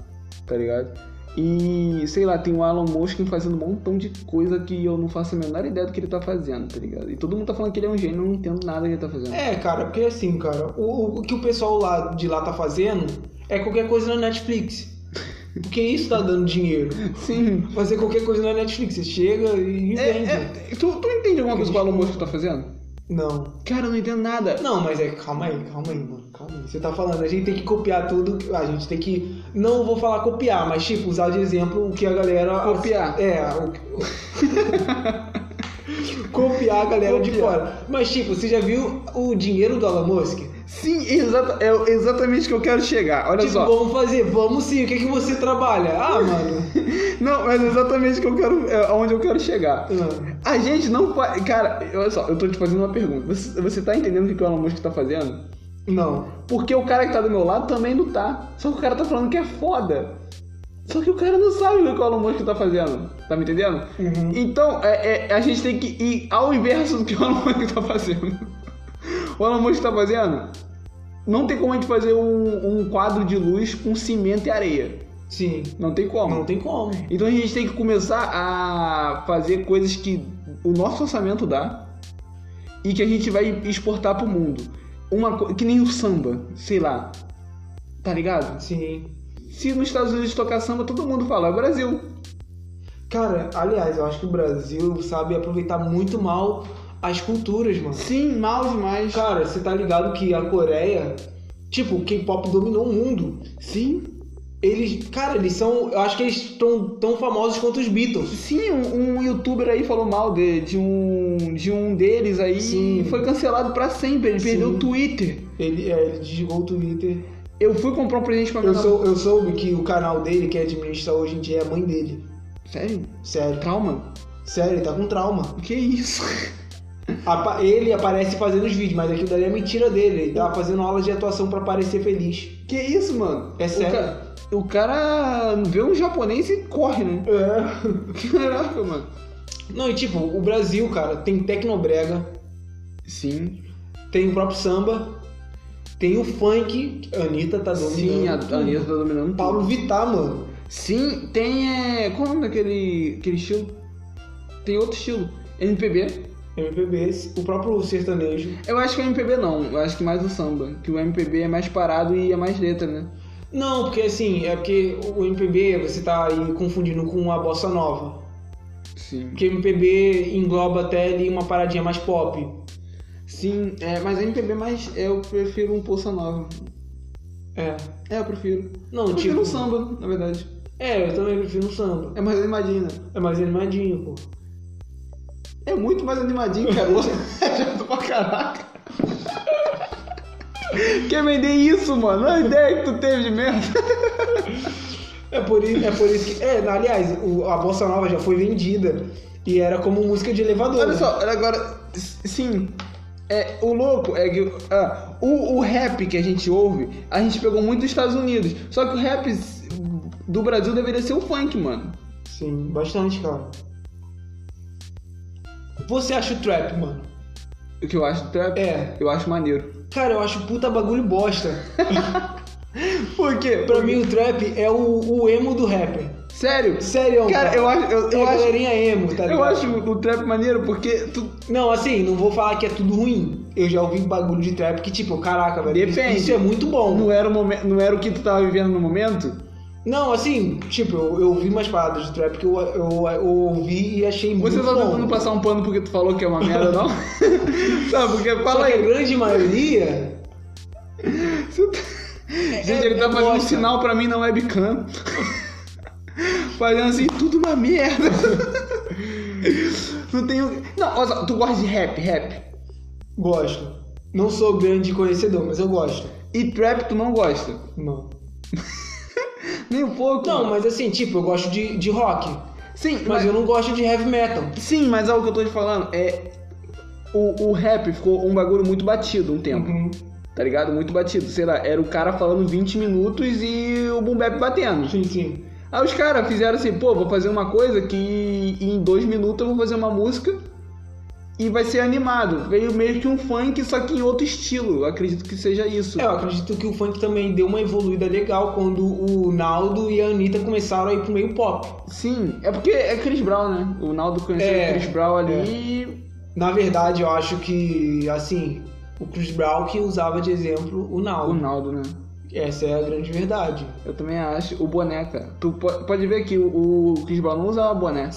S3: tá ligado? E sei lá, tem o Elon Musk fazendo um montão de coisa que eu não faço a menor ideia do que ele tá fazendo, tá ligado? E todo mundo tá falando que ele é um gênio, eu não entendo nada que ele tá fazendo.
S2: É, cara, porque assim, cara, o, o- o que o pessoal lá de lá tá fazendo é qualquer coisa na Netflix. Porque isso tá dando dinheiro.
S3: Sim.
S2: Fazer qualquer coisa na Netflix, você chega e
S3: É,
S2: vende.
S3: é, tu, tu entende alguma coisa que o Elon Musk tá fazendo?
S2: Não.
S3: Cara, eu não entendo nada.
S2: Não, mas é, calma aí, calma aí, mano. Calma aí. Você tá falando, a gente tem que copiar tudo. A gente tem que. Não vou falar copiar, mas tipo, usar de exemplo o que a galera.
S3: Copiar.
S2: É, o- copiar a galera de
S3: Copiar.
S2: fora. Mas tipo, você já viu o dinheiro do Elon Musk?
S3: Sim, exata, é exatamente o que eu quero chegar. Olha
S2: tipo,
S3: só.
S2: vamos fazer, vamos sim, o que, que você trabalha? Ah, mano.
S3: Não, mas é exatamente o que eu quero, é, aonde eu quero chegar.
S2: Ah,
S3: A gente não faz. Cara, olha só, eu tô te fazendo uma pergunta. Você, você tá entendendo o que que o Elon Musk tá fazendo?
S2: Não.
S3: Porque o cara que tá do meu lado também não tá. Só que o cara tá falando que é foda. Só que o cara não sabe o que o Elon Musk tá fazendo. Tá me entendendo?
S2: Uhum.
S3: Então, é- é- a gente tem que ir ao inverso do que o Elon Musk tá fazendo. o Elon Musk tá fazendo? Não tem como a gente fazer um, um quadro de luz com cimento e areia.
S2: Sim.
S3: Não tem como.
S2: Não tem como.
S3: Então a gente tem que começar a fazer coisas que o nosso orçamento dá e que a gente vai exportar pro mundo. Uma co- que nem o samba, sei lá. Tá ligado?
S2: Sim.
S3: Se nos Estados Unidos tocar samba, todo mundo fala, é o Brasil.
S2: Cara, aliás, eu acho que o Brasil sabe aproveitar muito mal as culturas, mano.
S3: Sim, mal demais.
S2: Cara, você tá ligado que a Coreia, tipo, o K-pop dominou o mundo.
S3: Sim,
S2: Eles, cara, eles são, eu acho que eles estão tão famosos quanto os Beatles.
S3: sim, um, um youtuber aí falou mal de, de um de um deles aí
S2: Sim.
S3: e foi cancelado pra sempre, ele
S2: Sim.
S3: perdeu o Twitter.
S2: Ele, é, ele desligou o Twitter.
S3: Eu fui comprar um presente pra minha
S2: Eu, sou, eu soube que o canal dele, que administra hoje em dia, é a mãe dele.
S3: Sério?
S2: Sério,
S3: Trauma?
S2: sério, ele tá com trauma.
S3: Que é isso?
S2: Apa- ele aparece fazendo os vídeos, mas aquilo dali é mentira dele. Ele tá fazendo aulas de atuação pra parecer feliz.
S3: Que isso, mano?
S2: É sério?
S3: O, cara, o cara vê um japonês e corre, né?
S2: É.
S3: Caraca, mano.
S2: Não, e tipo, o Brasil, cara, tem Tecnobrega,
S3: Sim.
S2: tem o próprio samba, tem o funk, que a Anitta tá dominando.
S3: Sim, a
S2: tudo.
S3: a Anitta tá dominando.
S2: Paulo Vittar, mano.
S3: Sim, tem. É, qual é o nome daquele aquele estilo? Tem outro estilo. MPB.
S2: MPB, o próprio sertanejo.
S3: Eu acho que é MPB não, eu acho que mais o samba. Que o MPB é mais parado e é mais letra, né?
S2: Não, porque assim, é porque o MPB você tá aí confundindo com a bossa nova.
S3: Sim.
S2: Porque MPB engloba até ali uma paradinha mais pop.
S3: Sim, é, mas a MPB mais. Eu prefiro um Poça Nova.
S2: É.
S3: É, eu prefiro.
S2: Não,
S3: Eu
S2: tipo.
S3: prefiro um samba, na verdade.
S2: É, eu também prefiro um samba.
S3: É mais animadinho, né?
S2: É mais animadinho, pô.
S3: É muito mais animadinho, cara. Chato É pra caraca. Quer vender isso, mano? Olha a ideia que tu teve de merda.
S2: É por isso, é por isso que. É, aliás, o- a bossa nova já foi vendida. E era como música de elevador.
S3: Olha só, olha agora. s- Sim. É, o louco é que ah, o, o rap que a gente ouve, a gente pegou muito dos Estados Unidos. Só que o rap s- do Brasil deveria ser o funk, mano.
S2: Sim, bastante, cara. Você acha o trap, mano?
S3: O que eu acho do trap?
S2: É.
S3: Eu acho maneiro.
S2: Cara, eu acho puta bagulho bosta. Por quê? Pra mim o trap é o, o emo do rapper.
S3: Sério?
S2: Sério,
S3: Cara, eu acho. Eu, eu
S2: é
S3: acho
S2: galerinha emo, tá ligado?
S3: eu acho o trap maneiro porque tu.
S2: Não, assim, não vou falar que é tudo ruim. Eu já ouvi bagulho de trap que, tipo, caraca, velho, isso-
S3: Depende.
S2: isso é muito bom.
S3: Não era, o momen- não era o que tu tava vivendo no momento?
S2: Não, assim, tipo, eu, eu ouvi umas paradas de trap que eu, eu, eu ouvi e achei muito
S3: Você tá
S2: bom.
S3: tentando passar um pano porque tu falou que é uma merda, não? não, porque
S2: Só
S3: fala
S2: que a
S3: aí.
S2: grande maioria...
S3: Você tá- Gente, ele tá
S2: é
S3: fazendo um
S2: bosta.
S3: sinal pra mim na webcam. fazendo assim, tudo uma merda. não tenho. Não, olha só, tu gosta de rap, rap.
S2: Gosto. Não sou grande conhecedor, mas eu gosto.
S3: E trap tu não gosta.
S2: Não.
S3: Nem um pouco.
S2: Não, mas assim, tipo, eu gosto de, de rock.
S3: Sim,
S2: Mas, eu não gosto de heavy metal.
S3: Sim, mas é o que eu tô te falando. É. O, o rap ficou um bagulho muito batido um
S2: Uhum.
S3: tempo. Tá ligado? Muito batido. Sei lá, era o cara falando 20 minutos e o boom bap batendo.
S2: Sim, sim.
S3: Aí os caras fizeram assim, pô, vou fazer uma coisa que em dois minutos eu vou fazer uma música e vai ser animado. Veio meio que um funk, só que em outro estilo. Eu acredito que seja isso.
S2: É, eu acredito que o funk também deu uma evoluída legal quando o Naldo e a Anitta começaram a ir pro meio pop.
S3: Sim, é porque é Chris Brown, né? O Naldo conheceu
S2: É,
S3: o Chris Brown ali e.
S2: Na verdade, eu acho que, assim, o Chris Brown que usava de exemplo o
S3: O
S2: Naldo.
S3: Naldo, né?
S2: Essa é a grande verdade.
S3: Eu também acho. O boné, cara. Tu po- pode ver que o, o Chris Brown não usava boné.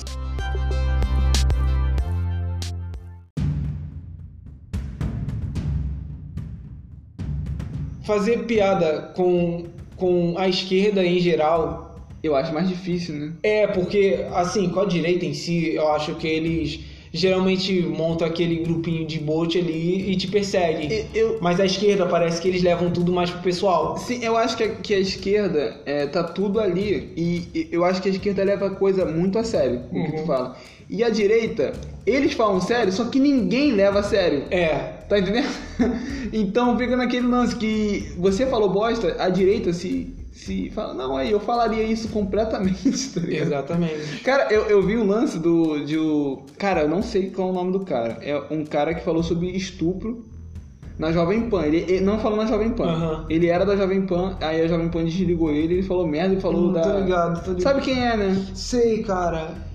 S2: Fazer piada com, com a esquerda em geral
S3: Eu acho mais difícil, né?
S2: É, porque, assim, com a direita em si, eu acho que eles geralmente montam aquele grupinho de bote ali e te perseguem.
S3: Eu.
S2: Mas a esquerda parece que eles levam tudo mais pro pessoal.
S3: Sim, eu acho que a, que a esquerda é, tá tudo ali e, e eu acho que a esquerda leva a coisa muito a sério, o que tu
S2: Uhum.
S3: fala. E a direita, eles falam sério, só que ninguém leva a sério.
S2: É,
S3: Tá entendendo? Então fica naquele lance que você falou bosta, a direita se, se fala, não, aí eu falaria isso completamente, tá ligado?
S2: exatamente.
S3: Cara, eu, eu vi um lance do. De o... Cara, eu não sei qual é o nome do cara. É um cara que falou sobre estupro na Jovem Pan. Ele, ele não falou na Jovem Pan.
S2: Aham.
S3: Ele era da Jovem Pan, aí a Jovem Pan desligou ele, ele falou merda e falou
S2: Hum,
S3: da.
S2: Tô ligado, tô ligado.
S3: Sabe quem é, né?
S2: Sei, cara.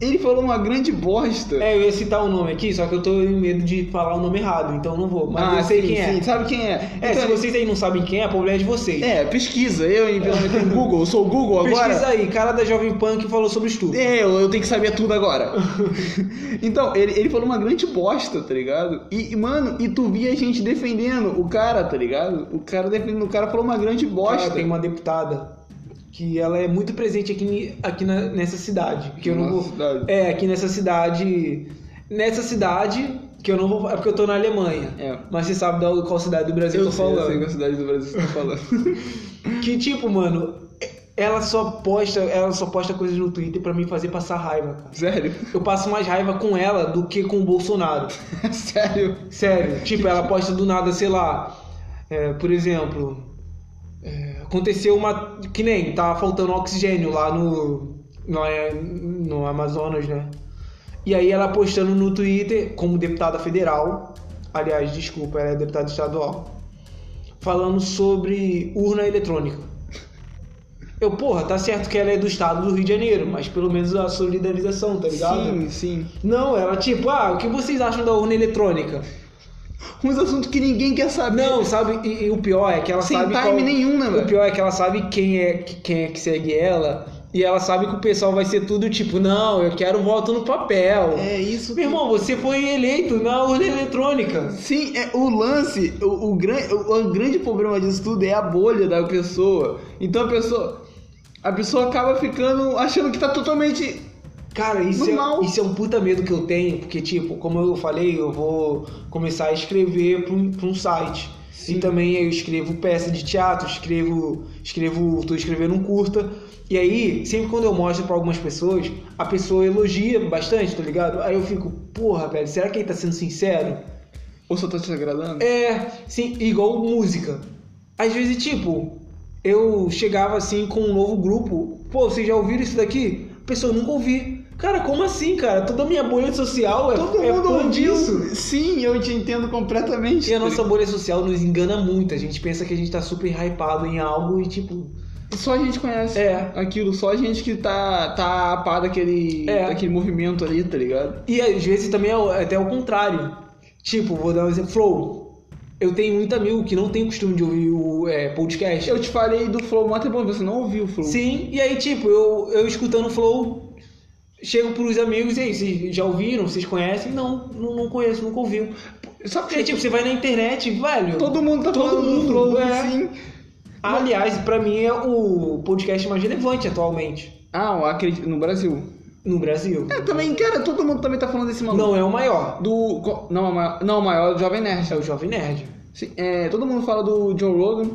S3: Ele falou uma grande bosta.
S2: É, eu ia citar o nome aqui, só que eu tô em medo de falar o nome errado, então não vou. Mas eu sei
S3: Ah, sim,
S2: quem é.
S3: sim, Sabe quem é?
S2: É,
S3: Então,
S2: se vocês aí não sabem quem é, o problema é de vocês.
S3: É, pesquisa. Eu, hein, pelo menos, no Google. Eu sou o Google agora.
S2: Pesquisa aí, cara da Jovem Pan que falou sobre estupro.
S3: Eu, eu tenho que saber tudo agora. então, ele, ele falou uma grande bosta, tá ligado? E, e, mano, e tu via a gente defendendo o cara, tá ligado? O cara defendendo, o cara falou uma grande bosta.
S2: Cara, tem uma deputada que ela é muito presente aqui, aqui na- nessa cidade. Que eu não
S3: Nossa
S2: vou.
S3: cidade.
S2: É, aqui nessa cidade. Nessa cidade, que eu não vou. É porque eu tô na Alemanha.
S3: É.
S2: Mas você sabe da, qual cidade do Brasil eu tô
S3: sei,
S2: falando.
S3: sei qual cidade do Brasil você tá falando.
S2: Que tipo, mano, ela só posta, ela só posta coisas no Twitter pra me fazer passar raiva, cara.
S3: Sério?
S2: Eu passo mais raiva com ela do que com o Bolsonaro.
S3: Sério?
S2: Sério, tipo, ela posta do nada, sei lá, é, por exemplo, é, aconteceu uma. Que nem, tava faltando oxigênio lá no. No, é, no Amazonas, né? E aí ela postando no Twitter, como deputada federal, aliás, desculpa, ela é deputada estadual, falando sobre urna eletrônica. Eu, porra, tá certo que ela é do estado do Rio de Janeiro, mas pelo menos a solidarização, tá ligado?
S3: Sim, sim.
S2: Não, ela tipo, ah, o que vocês acham da urna eletrônica?
S3: Uns assuntos que ninguém quer saber.
S2: Não, sabe? E, e o pior é que ela
S3: Sem
S2: sabe.
S3: time nenhum, né,
S2: O
S3: velho?
S2: pior é que ela sabe quem é, que- quem é que segue ela. E ela sabe que o pessoal vai ser tudo tipo, não, eu quero voto no papel.
S3: É isso
S2: Meu irmão, você foi eleito na urna eletrônica.
S3: Sim, é, o lance, o, o, gran- o, o grande problema disso tudo é a bolha da pessoa. Então a pessoa. A pessoa acaba ficando achando que tá totalmente.
S2: Cara, isso
S3: Normal.
S2: é, isso é um puta medo que eu tenho, porque, tipo, como eu falei, eu vou começar a escrever pra um, pra um site.
S3: Sim.
S2: E também eu escrevo peça de teatro, escrevo, escrevo, tô escrevendo um curta. E aí, sempre quando eu mostro pra algumas pessoas, a pessoa elogia bastante, tá ligado? Aí eu fico, porra, velho, será que ele tá sendo sincero?
S3: Ou só tá te agradando?
S2: É, sim, igual música. Às vezes, tipo, eu chegava assim com um novo grupo, pô, vocês já ouviram isso daqui? A pessoa nunca ouvi. Cara, como assim, cara? Toda a minha bolha social é,
S3: Todo
S2: é
S3: mundo
S2: por
S3: ouviu.
S2: isso.
S3: Sim, eu te entendo completamente.
S2: E a nossa bolha social nos engana muito. A gente pensa que a gente tá super hypado em algo e tipo.
S3: Só a gente conhece
S2: É.
S3: aquilo, só a gente que tá, tá a par daquele,
S2: É.
S3: daquele movimento ali, tá ligado?
S2: E às vezes também é o- até o contrário. Tipo, vou dar um exemplo. Flow. Eu tenho muito amigo que não tem costume de ouvir o é, podcast.
S3: Eu te falei do Flow Mó bom, você não ouviu o Flow.
S2: Sim, e aí, tipo, eu, eu escutando o Flow, chego pros amigos e aí, vocês já ouviram? Vocês conhecem? Não, não, não conheço, nunca ouviu.
S3: Só
S2: E aí,
S3: que
S2: tipo, você vai na internet, velho.
S3: todo mundo tá
S2: Todo
S3: falando do
S2: mundo,
S3: Flow,
S2: é.
S3: sim.
S2: Aliás, pra mim é o podcast mais relevante atualmente
S3: Ah, eu acredito, no Brasil.
S2: no Brasil.
S3: É, também, cara, todo mundo também tá falando desse maluco.
S2: Não é o maior,
S3: Do. co- Não, o maior, não, o maior Jovem Nerd.
S2: é o Jovem Nerd.
S3: Sim, é, todo mundo fala do Joe Rogan.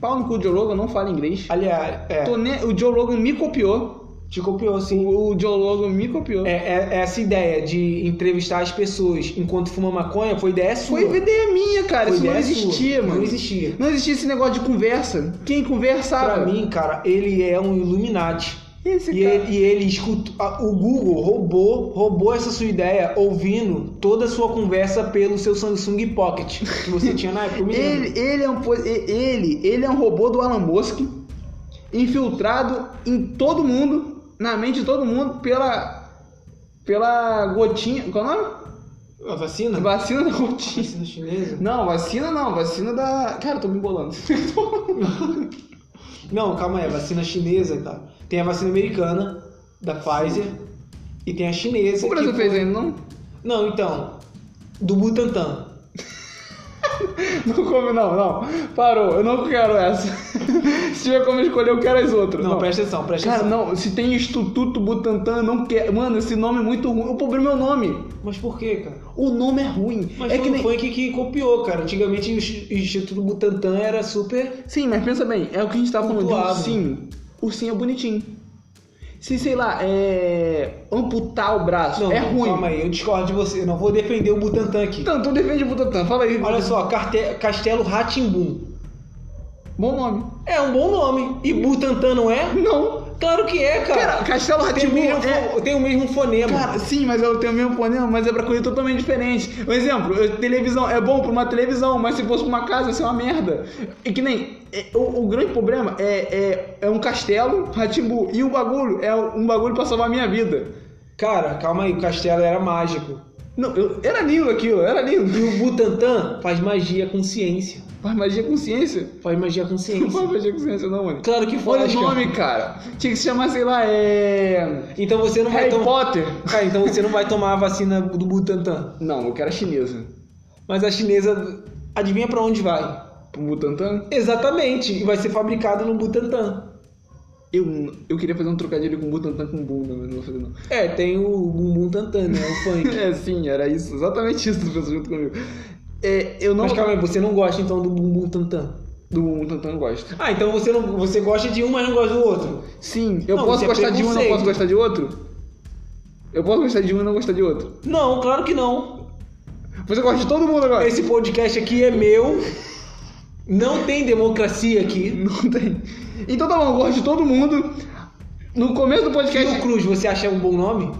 S3: Pau no cu do Joe Rogan, não fala inglês.
S2: Aliás, é,
S3: Tô ne- O Joe Rogan me copiou.
S2: te copiou, sim.
S3: O o Joe Rogan me copiou.
S2: É, é- é essa ideia de entrevistar as pessoas enquanto fuma maconha foi ideia sua.
S3: Foi ideia minha, cara.
S2: Foi
S3: Isso não
S2: ideia sua.
S3: existia, mano.
S2: Não existia.
S3: Não existia esse negócio de conversa. Quem conversava?
S2: Pra mim, cara, ele é um Illuminati.
S3: Esse
S2: E
S3: cara.
S2: ele, e ele escuta. a- O Google roubou, roubou essa sua ideia ouvindo toda a sua conversa pelo seu Samsung Pocket que você tinha na época. eu me lembro.
S3: Ele, ele é um po- e- ele, ele é um robô do Alan Musk infiltrado em todo mundo, na mente de todo mundo pela pela gotinha, qual é o nome?
S2: A vacina?
S3: Vacina da gotinha.
S2: Vacina chinesa?
S3: Não, vacina não, vacina da, cara, eu tô me embolando.
S2: Não, calma aí, a vacina chinesa, cara. Tem a vacina americana, da Pfizer, e tem a chinesa.
S3: o Brasil
S2: que
S3: fez
S2: foi-
S3: ainda não?
S2: Não, então. Do Butantan.
S3: Não come não, não. Parou, eu não quero essa. Se tiver como escolher, eu quero as outras.
S2: Não, presta atenção, presta
S3: Cara,
S2: atenção.
S3: não, se tem Instituto Butantan, eu não quer. Mano, esse nome é muito ruim. O problema é o nome.
S2: Mas por quê, cara?
S3: O nome é ruim.
S2: Mas
S3: é
S2: foi
S3: que
S2: o
S3: nem...
S2: funk que copiou, cara. Antigamente o Ins- Instituto Butantan era super.
S3: Sim, mas pensa bem, é o que a gente tava falando de
S2: Pontuado.
S3: ursinho. Ursinho é bonitinho. Se, sei lá, é. amputar o braço
S2: Não,
S3: é
S2: não,
S3: ruim.
S2: Calma aí, eu discordo de você. Não vou defender o Butantan aqui.
S3: Então, tu defende o Butantan, fala aí.
S2: Olha só, Carte- Castelo Ratimbum.
S3: Bom nome.
S2: É um bom nome. E Butantan não é?
S3: Não.
S2: Claro que é, cara.
S3: Cara, Castelo
S2: tem, o
S3: Ratimbu
S2: mesmo,
S3: é...
S2: fo- tem o mesmo fonema.
S3: Cara, Ah, sim, mas eu tenho o mesmo problema, mas é pra coisa totalmente diferente. Um exemplo, eu- televisão é bom pra uma televisão, mas se fosse pra uma casa, ia ser uma merda. E que nem. é, o, o grande problema é, é, é um castelo, Ratimbu, e o bagulho é um bagulho pra salvar a minha vida.
S2: Cara, calma aí, o castelo era mágico.
S3: Não, eu, era lindo aquilo, era lindo.
S2: E o Butantan faz magia com ciência.
S3: Faz magia com ciência.
S2: Faz magia com
S3: Não
S2: ciência.
S3: faz magia com ciência, não, mano.
S2: Claro que
S3: Olha
S2: faz,
S3: o
S2: cara.
S3: nome, cara. Tinha que se chamar, sei lá, é.
S2: Então você não vai
S3: Harry
S2: tomar.
S3: Potter.
S2: Cara, então você não vai tomar a vacina do Butantan.
S3: Não, eu quero a chinesa.
S2: Mas a chinesa, adivinha pra onde vai?
S3: Pro Butantan?
S2: Exatamente, e vai ser fabricado no Butantan.
S3: Eu, eu queria fazer um trocadilho com Butantan com bunda, mas não vou fazer, não.
S2: É, tem o Bumbum Tantan, né? O funk.
S3: É, sim, era isso. Exatamente isso que pessoas junto comigo. É, eu não.
S2: Mas calma aí, você não gosta então do Bumbum Tantan?
S3: Do Tantan eu gosto.
S2: Ah, então você, não, você gosta de um, mas não gosta do outro.
S3: Sim, eu
S2: Não, isso
S3: posso
S2: é
S3: gostar de um e não
S2: preconceito.
S3: posso gostar de outro? Eu posso gostar de um e não gostar de outro.
S2: Não, claro que não.
S3: Você gosta de todo mundo agora?
S2: Esse podcast aqui é meu. Não tem democracia aqui.
S3: Não tem. Então tá bom, eu gosto de todo mundo. No começo do podcast.
S2: Fio Cruz, você acha um bom nome?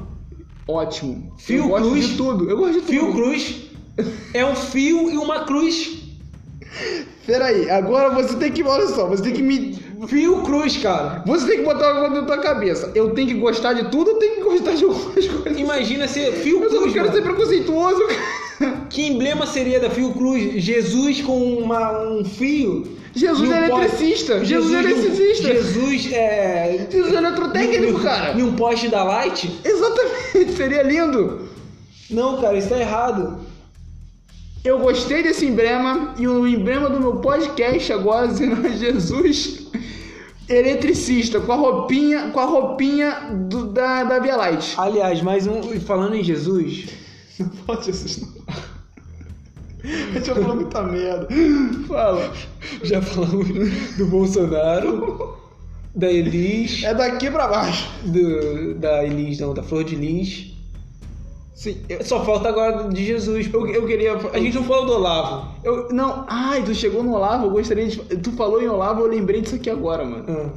S3: Ótimo.
S2: Fio
S3: eu gosto
S2: Cruz.
S3: de tudo. Eu gosto de tudo.
S2: Fio Cruz é um fio e uma cruz.
S3: Peraí, agora você tem que. Olha só, você tem que me.
S2: Fio Cruz, cara.
S3: Você tem que botar uma coisa dentro da tua cabeça. Eu tenho que gostar de tudo ou tenho que gostar de algumas coisas?
S2: Imagina ser Fio
S3: Eu só não
S2: Cruz.
S3: quero
S2: mano.
S3: ser preconceituoso, cara.
S2: Que emblema seria da Fio Cruz? Jesus com uma- um fio.
S3: Jesus
S2: e um
S3: é
S2: poste.
S3: eletricista. Jesus é
S2: de um-
S3: eletricista.
S2: Jesus é.
S3: Jesus é eletrotécnico, cara.
S2: E um poste da Light?
S3: Exatamente, seria lindo.
S2: Não, cara, isso tá errado.
S3: Eu gostei desse emblema e o emblema do meu podcast agora será Jesus eletricista com a roupinha, com a roupinha do- da, da Via Light.
S2: Aliás, mais um. Falando em Jesus.
S3: Não pode Jesus não. A gente falou muita merda. Fala.
S2: Já falamos do Bolsonaro, da Elis,
S3: É daqui pra baixo.
S2: do- da Elis, não, da Flor de Lis.
S3: Sim, eu,
S2: Só falta agora de Jesus. Eu, eu queria. A gente não falou do Olavo.
S3: eu- Não, ai, tu chegou no Olavo, eu Ah, gostaria de. Tu falou em Olavo, eu lembrei disso aqui agora, mano.
S2: Ah,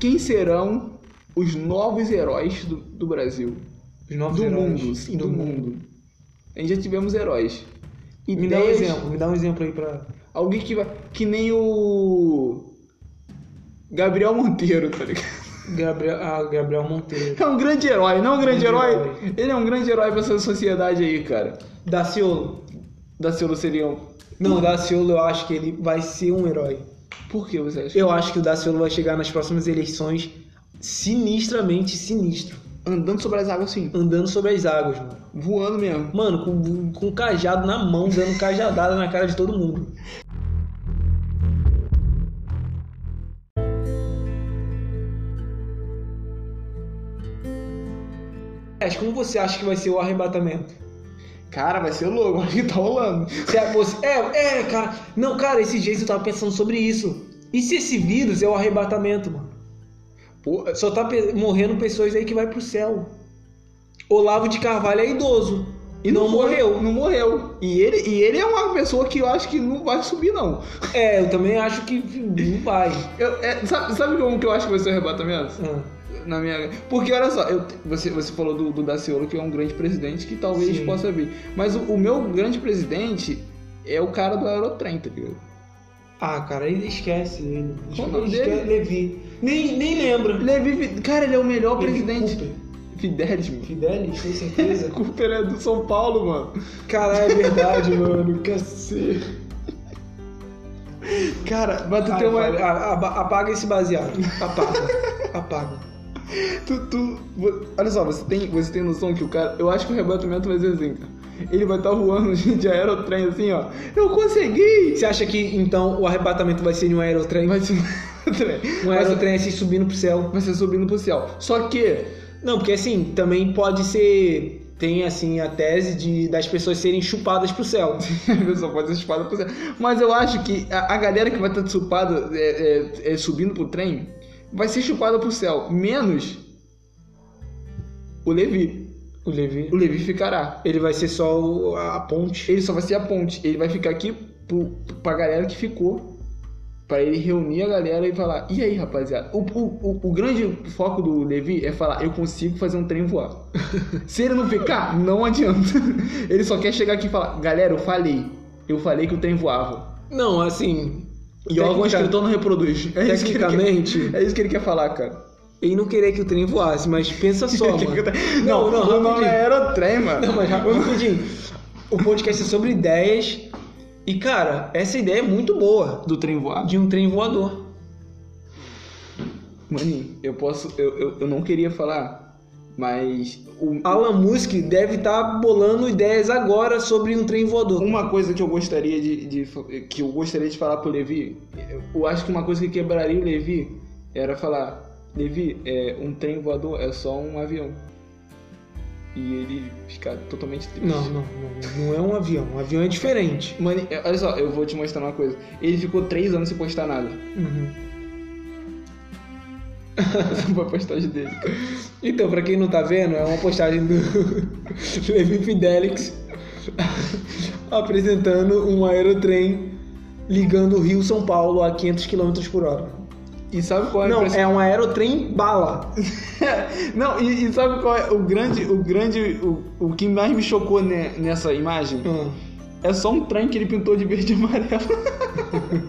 S3: Quem serão os novos heróis do, do Brasil.
S2: Os novos
S3: Do
S2: heróis.
S3: mundo, sim, do, mundo. A gente já tivemos heróis. E
S2: Me dá um
S3: dez-
S2: exemplo, me dá um exemplo aí pra.
S3: Alguém que vai. Que nem o. Gabriel Monteiro, tá ligado?
S2: Gabriel, ah, Gabriel Monteiro.
S3: É um grande herói, não é um grande
S2: Grande
S3: herói.
S2: herói.
S3: Ele é um grande herói pra essa sociedade aí, cara.
S2: Daciolo.
S3: Da Ciolo seria um.
S2: Não, o Daciolo eu acho que ele vai ser um herói.
S3: Por que você acha?
S2: Eu acho que o Daciolo vai chegar nas próximas eleições sinistramente sinistro.
S3: Andando sobre as águas assim,
S2: Andando sobre as águas, mano.
S3: voando mesmo.
S2: Mano, com, com um cajado na mão, dando cajadada na cara de todo mundo. Mas como você acha que vai ser o arrebatamento?
S3: Cara, vai ser louco, olha o que tá rolando.
S2: Se a moça- É, é, cara. Não, cara, esses dias eu tava pensando sobre isso. E se esse vírus é o arrebatamento, mano?
S3: Pô,
S2: Só tá pe- morrendo pessoas aí que vai pro céu. Olavo de Carvalho é idoso. E não,
S3: foi-
S2: morreu.
S3: Não morreu. E ele, e ele é uma pessoa que eu acho que não vai subir, não.
S2: É, eu também acho que não vai.
S3: Eu- é, sabe, sabe como que eu acho que vai ser o arrebatamento?
S2: Ah,
S3: Na minha... Porque olha só, eu- você, você falou do, do Daciolo, que é um grande presidente que talvez
S2: Sim.
S3: possa vir. Mas o, o meu grande presidente é o cara do aerotrem, tá ligado?
S2: Ah, cara, ele esquece ele.
S3: Qual o nome dele?
S2: Levi. Nem, nem lembra.
S3: Levi, cara, ele é o melhor
S2: Levi
S3: presidente.
S2: Cooper.
S3: Fidelis, mano.
S2: Fidelis, tem certeza?
S3: Cooper é do São Paulo, mano.
S2: Caralho, é verdade, mano. Cacete.
S3: Cara, mas tu
S2: Ai,
S3: tem uma.
S2: vale. A- a- Apaga esse baseado. Apaga. Apaga.
S3: Ah, Tu, tu- vo- olha só, você tem, você tem noção que o cara. Eu acho que o arrebatamento vai ser assim, cara. Ele vai estar voando de, de aerotrem assim, ó. Eu consegui!
S2: Você acha que então o arrebatamento vai ser em um aerotrem?
S3: Vai ser um aerotrem.
S2: Um
S3: Vai ser-
S2: aerotrem assim subindo pro céu.
S3: vai ser subindo pro céu. Só que.
S2: Não, porque assim, também pode ser. Tem assim a tese de das pessoas serem chupadas pro céu.
S3: A pessoa pode ser chupada pro céu. Mas eu acho que a, a galera que vai estar chupada é, é, é, subindo pro trem vai ser chupada pro céu. Menos o Levi.
S2: O Levi.
S3: O Levi ficará.
S2: Ele vai ser só o- a a ponte.
S3: Ele só vai ser a ponte. Ele vai ficar aqui pro, pra galera que ficou. Pra ele reunir a galera e falar: E aí, rapaziada? O, o, o, o grande foco do Levi é falar: Eu consigo fazer um trem voar. Se ele não ficar, não adianta. Ele só quer chegar aqui e falar: Galera, eu falei. Eu falei que o trem voava.
S2: Não, assim.
S3: E o órgão
S2: tecnica-
S3: escritor não reproduz. É isso que ele quer-
S2: Tecnicamente-
S3: é isso que ele quer falar, cara.
S2: Ele não queria que o trem voasse, mas pensa só, mano.
S3: Não, não, o nome
S2: rapidinho.
S3: é Aerotrem, mano.
S2: Não, mas rapidinho. O podcast é sobre ideias. E, cara, essa ideia é muito boa.
S1: Do trem voar?
S2: De um trem voador.
S3: Maninho, eu posso. Eu, eu, eu não queria falar, mas. O,
S2: Alan Musk deve estar bolando ideias agora sobre um trem voador.
S3: Uma coisa que eu gostaria de, de fa- que eu gostaria de falar pro Levi, eu acho que uma coisa que quebraria o Levi era falar, Levi, é, um trem voador é só um avião. E ele ficar totalmente triste.
S2: Não, não, não, não é um avião. Um avião é diferente.
S3: Mano, é, olha só, eu vou te mostrar uma coisa. Ele ficou três anos sem postar nada.
S2: Uhum.
S3: Não vai postar de dele.
S2: Então, pra quem não tá vendo, é uma postagem do Levi Fidelix apresentando um aerotrem ligando o Rio São Paulo a 500 km por hora.
S3: E sabe qual é a
S2: Não,
S3: impressão-
S2: é um aerotrem bala.
S3: Não, e, e sabe qual é o grande, o grande, o, o que mais me chocou né, nessa imagem?
S2: Ah.
S3: É só um trem que ele pintou de verde e amarelo.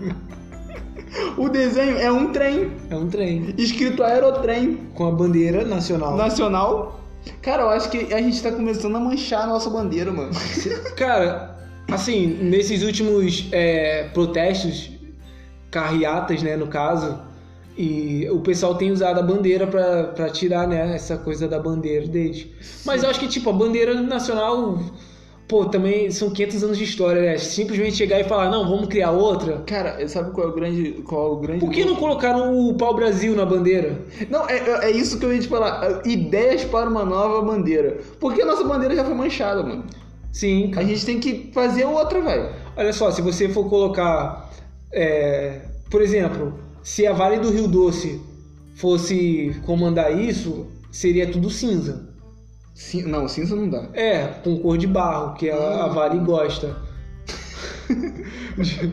S3: o desenho é um trem,
S2: É um trem.
S3: escrito Aerotrem
S2: Com a bandeira nacional.
S3: Nacional. Cara, eu acho que a gente tá começando a manchar a nossa bandeira, mano.
S2: Cara, assim, nesses últimos é, protestos, carreatas, né, no caso, e o pessoal tem usado a bandeira pra, pra tirar, né, essa coisa da bandeira deles. Mas eu acho que, tipo, a bandeira nacional, pô, também são 500 anos de história, né? Simplesmente chegar e falar, não, vamos criar outra.
S3: Cara, sabe qual é o grande. Qual é o grande.
S2: Por que não colocaram o pau-brasil na bandeira?
S3: Não, é, é- é isso que eu ia te falar. Ideias para uma nova bandeira. Porque a nossa bandeira já foi manchada, mano.
S2: Sim,
S3: A gente tem que fazer outra, velho.
S2: Olha só, se você for colocar, é, por exemplo, se a Vale do Rio Doce fosse comandar isso, seria tudo cinza.
S3: Cin- Não, cinza não dá.
S2: É, com cor de barro, que a, a Vale gosta.
S3: De,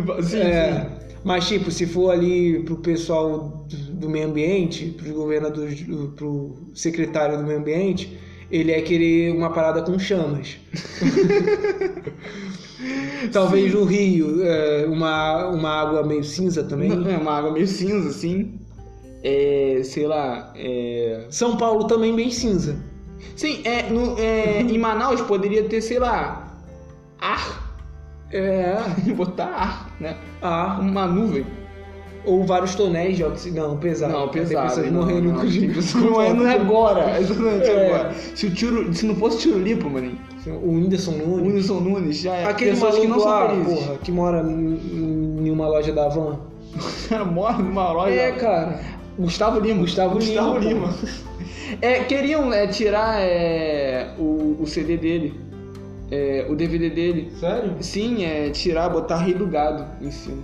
S3: de... Sim,
S2: É, mas tipo, se for ali pro pessoal do meio ambiente, pro governador, pro secretário do meio ambiente, ele é querer uma parada com chamas. Talvez no Rio, é, uma, uma água meio cinza também.
S3: É uma água meio cinza, assim. É, sei lá. É...
S2: São Paulo também bem cinza.
S3: Sim, é, no- é, em Manaus poderia ter, sei lá, ar.
S2: É.
S3: Botar ar, né?
S2: Ah,
S3: Uma nuvem.
S2: ou vários tonéis de oxigênio. Não, pesado.
S3: Não,
S2: Tem
S3: pesado.
S2: pessoas
S3: não,
S2: morrendo
S3: não,
S2: com
S3: tem pessoas morrendo agora. Exatamente
S2: É.
S3: agora. Se, o tiro, se não fosse tirolipo, maninho.
S2: Assim, O Whindersson Nunes.
S3: Whindersson Nunes já é.
S2: Aquele
S3: pessoas
S2: maluco
S3: que não são
S2: lá,
S3: felizes.
S2: porra, que mora em em uma loja da Van.
S3: O cara morre numa loja.
S2: É, cara.
S3: Gustavo Lima.
S2: Gustavo
S3: Gustavo
S2: Lima,
S3: Lima. É, queriam é, tirar é, o, o CD dele, é, o DVD dele.
S1: Sério?
S3: Sim, é tirar, botar Rei do Gado em cima.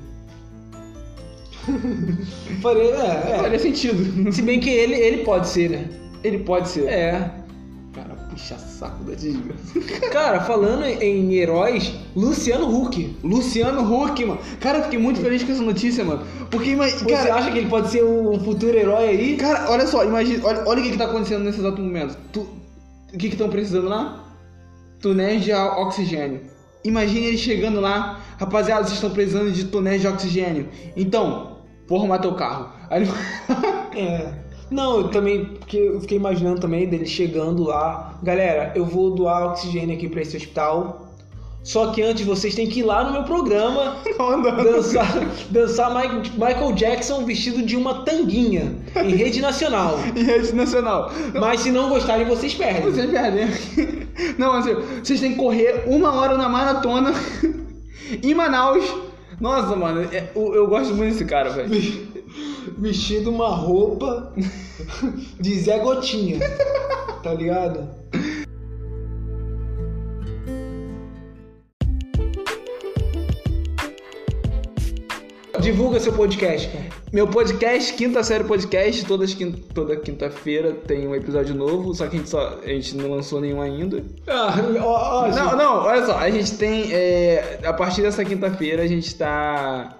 S2: Faria, é, é.
S3: Faria sentido.
S2: Se bem que ele, ele pode ser, né?
S3: Ele pode ser.
S2: É.
S3: Cara, puxa saco da desgraça.
S2: Cara, falando em heróis, Luciano Huck.
S3: Luciano Huck, mano. Cara, eu fiquei muito feliz com essa notícia, mano. Porque, ima-
S2: Você
S3: cara,
S2: acha que ele pode ser um futuro herói aí?
S3: Cara, olha só, imagina, olha, olha o que, que tá acontecendo nesse exato momento. Tu- o que que estão precisando lá? Tonéis de o- oxigênio. Imagina ele chegando lá, rapaziada, vocês estão precisando de tonéis de oxigênio. Então, vou arrumar teu carro. Aí ele...
S2: É. Não, eu também, porque eu fiquei imaginando também dele chegando lá. Galera, eu vou doar oxigênio aqui pra esse hospital. Só que antes vocês têm que ir lá no meu programa dançar, dançar Mi- Michael Jackson vestido de uma tanguinha em rede nacional.
S3: em rede nacional.
S2: Mas se não gostarem, vocês perdem.
S3: Vocês perderam. Não, mas assim, vocês têm que correr uma hora na maratona em Manaus. Nossa, mano, é- eu, eu gosto muito desse cara, velho.
S2: Vestido uma roupa de Zé Gotinha. Tá ligado? Divulga seu podcast, cara.
S3: Meu podcast, quinta série podcast, todas quin- toda quinta-feira tem um episódio novo, só que a gente, só, a gente não lançou nenhum ainda.
S2: Ah, ó, ó,
S3: Não, não, olha só, a gente tem. é, a partir dessa quinta-feira a gente tá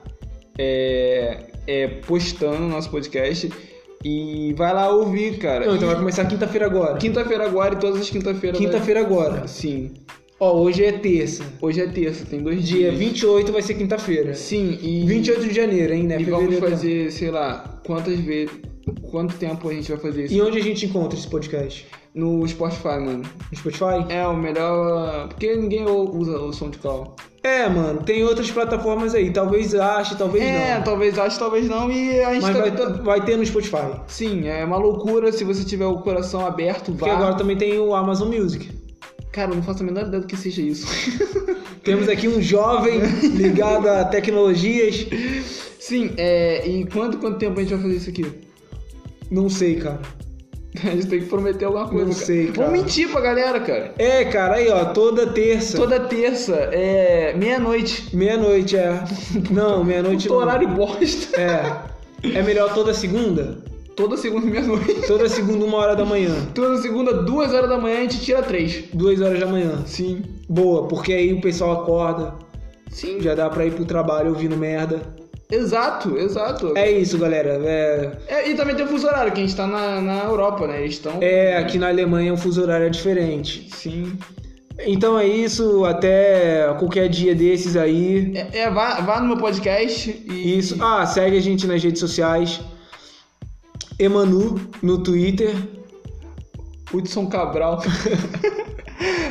S3: é, é, postando o nosso podcast e vai lá ouvir, cara.
S2: Não, então vai
S3: E
S2: começar quinta-feira agora.
S3: Quinta-feira agora e todas as quinta-feiras. vai-
S2: Quinta-feira agora.
S3: Sim.
S2: Ó, hoje é terça.
S3: Hoje é terça, tem dois
S2: Dia
S3: dias.
S2: 28 vai ser quinta-feira.
S3: Sim, e.
S2: 28 de janeiro, hein, né?
S3: E vamos
S2: Fevereiro também.
S3: fazer, sei lá, quantas vezes. Quanto tempo a gente vai fazer isso?
S2: E onde a gente encontra esse podcast?
S3: No Spotify, mano.
S2: No Spotify?
S3: É o melhor. Porque ninguém ou- usa o som de cal.
S2: É, mano, tem outras plataformas aí. Talvez ache, talvez
S3: É,
S2: não.
S3: talvez acho, talvez não. E a gente
S2: Mas
S3: tá-
S2: vai,
S3: tá-
S2: vai ter no Spotify.
S3: Sim, é uma loucura se você tiver o coração aberto,
S2: Porque
S3: vai.
S2: agora também tem o Amazon Music.
S3: Cara, eu não faço a menor ideia do que seja isso.
S2: Temos aqui um jovem ligado a tecnologias.
S3: Sim, é. E quanto, quanto tempo a gente vai fazer isso aqui?
S2: Não sei, cara.
S3: A gente tem que prometer alguma coisa.
S2: Não sei, cara.
S3: Vamos mentir pra galera, cara.
S2: É, cara, aí, ó, toda terça.
S3: Toda terça, é. meia-noite.
S2: Meia-noite, é. Não, meia-noite
S3: Puta
S2: não.
S3: horário bosta.
S2: É. É melhor toda segunda?
S3: Toda segunda, meia-noite.
S2: Toda segunda, uma hora da manhã.
S3: Toda segunda, duas horas da manhã, a gente tira três.
S2: Duas horas da manhã.
S3: Sim.
S2: Boa, porque aí o pessoal acorda,
S3: Sim.
S2: já dá pra ir pro trabalho ouvindo merda.
S3: Exato, exato.
S2: É isso, galera. É,
S3: É, e também tem o fuso horário, que a gente tá na, na Europa, né? Eles estão.
S2: é, aqui na Alemanha o fuso horário é diferente.
S3: Sim.
S2: Então é isso, até qualquer dia desses aí.
S3: É, é, vá, vá no meu podcast e.
S2: Isso. Ah, segue a gente nas redes sociais. Emanu no Twitter.
S3: Hudson Cabral.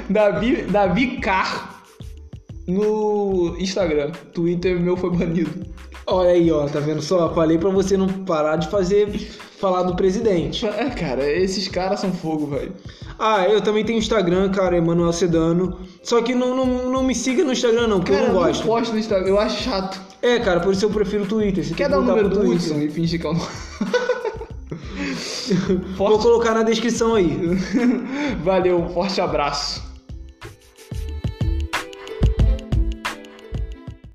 S3: Davi, Davi Car no Instagram. Twitter meu foi banido.
S2: Olha aí, ó, tá vendo só? Falei pra você não parar de fazer falar do presidente.
S3: É, cara, esses caras são fogo, velho.
S2: Ah, eu também tenho Instagram, cara, Emanuel Sedano. Só que não, não, não me siga no Instagram, não, porque
S3: Cara,
S2: eu não gosto.
S3: posto no Instagram, eu acho chato.
S2: É, cara, por isso eu prefiro o Twitter. Você
S3: Quer
S2: tem que
S3: dar o
S2: mudar
S3: número
S2: pro
S3: do
S2: Twitter.
S3: Hudson e fingir que é o nome?
S2: Vou colocar na descrição aí.
S3: Valeu, um forte abraço.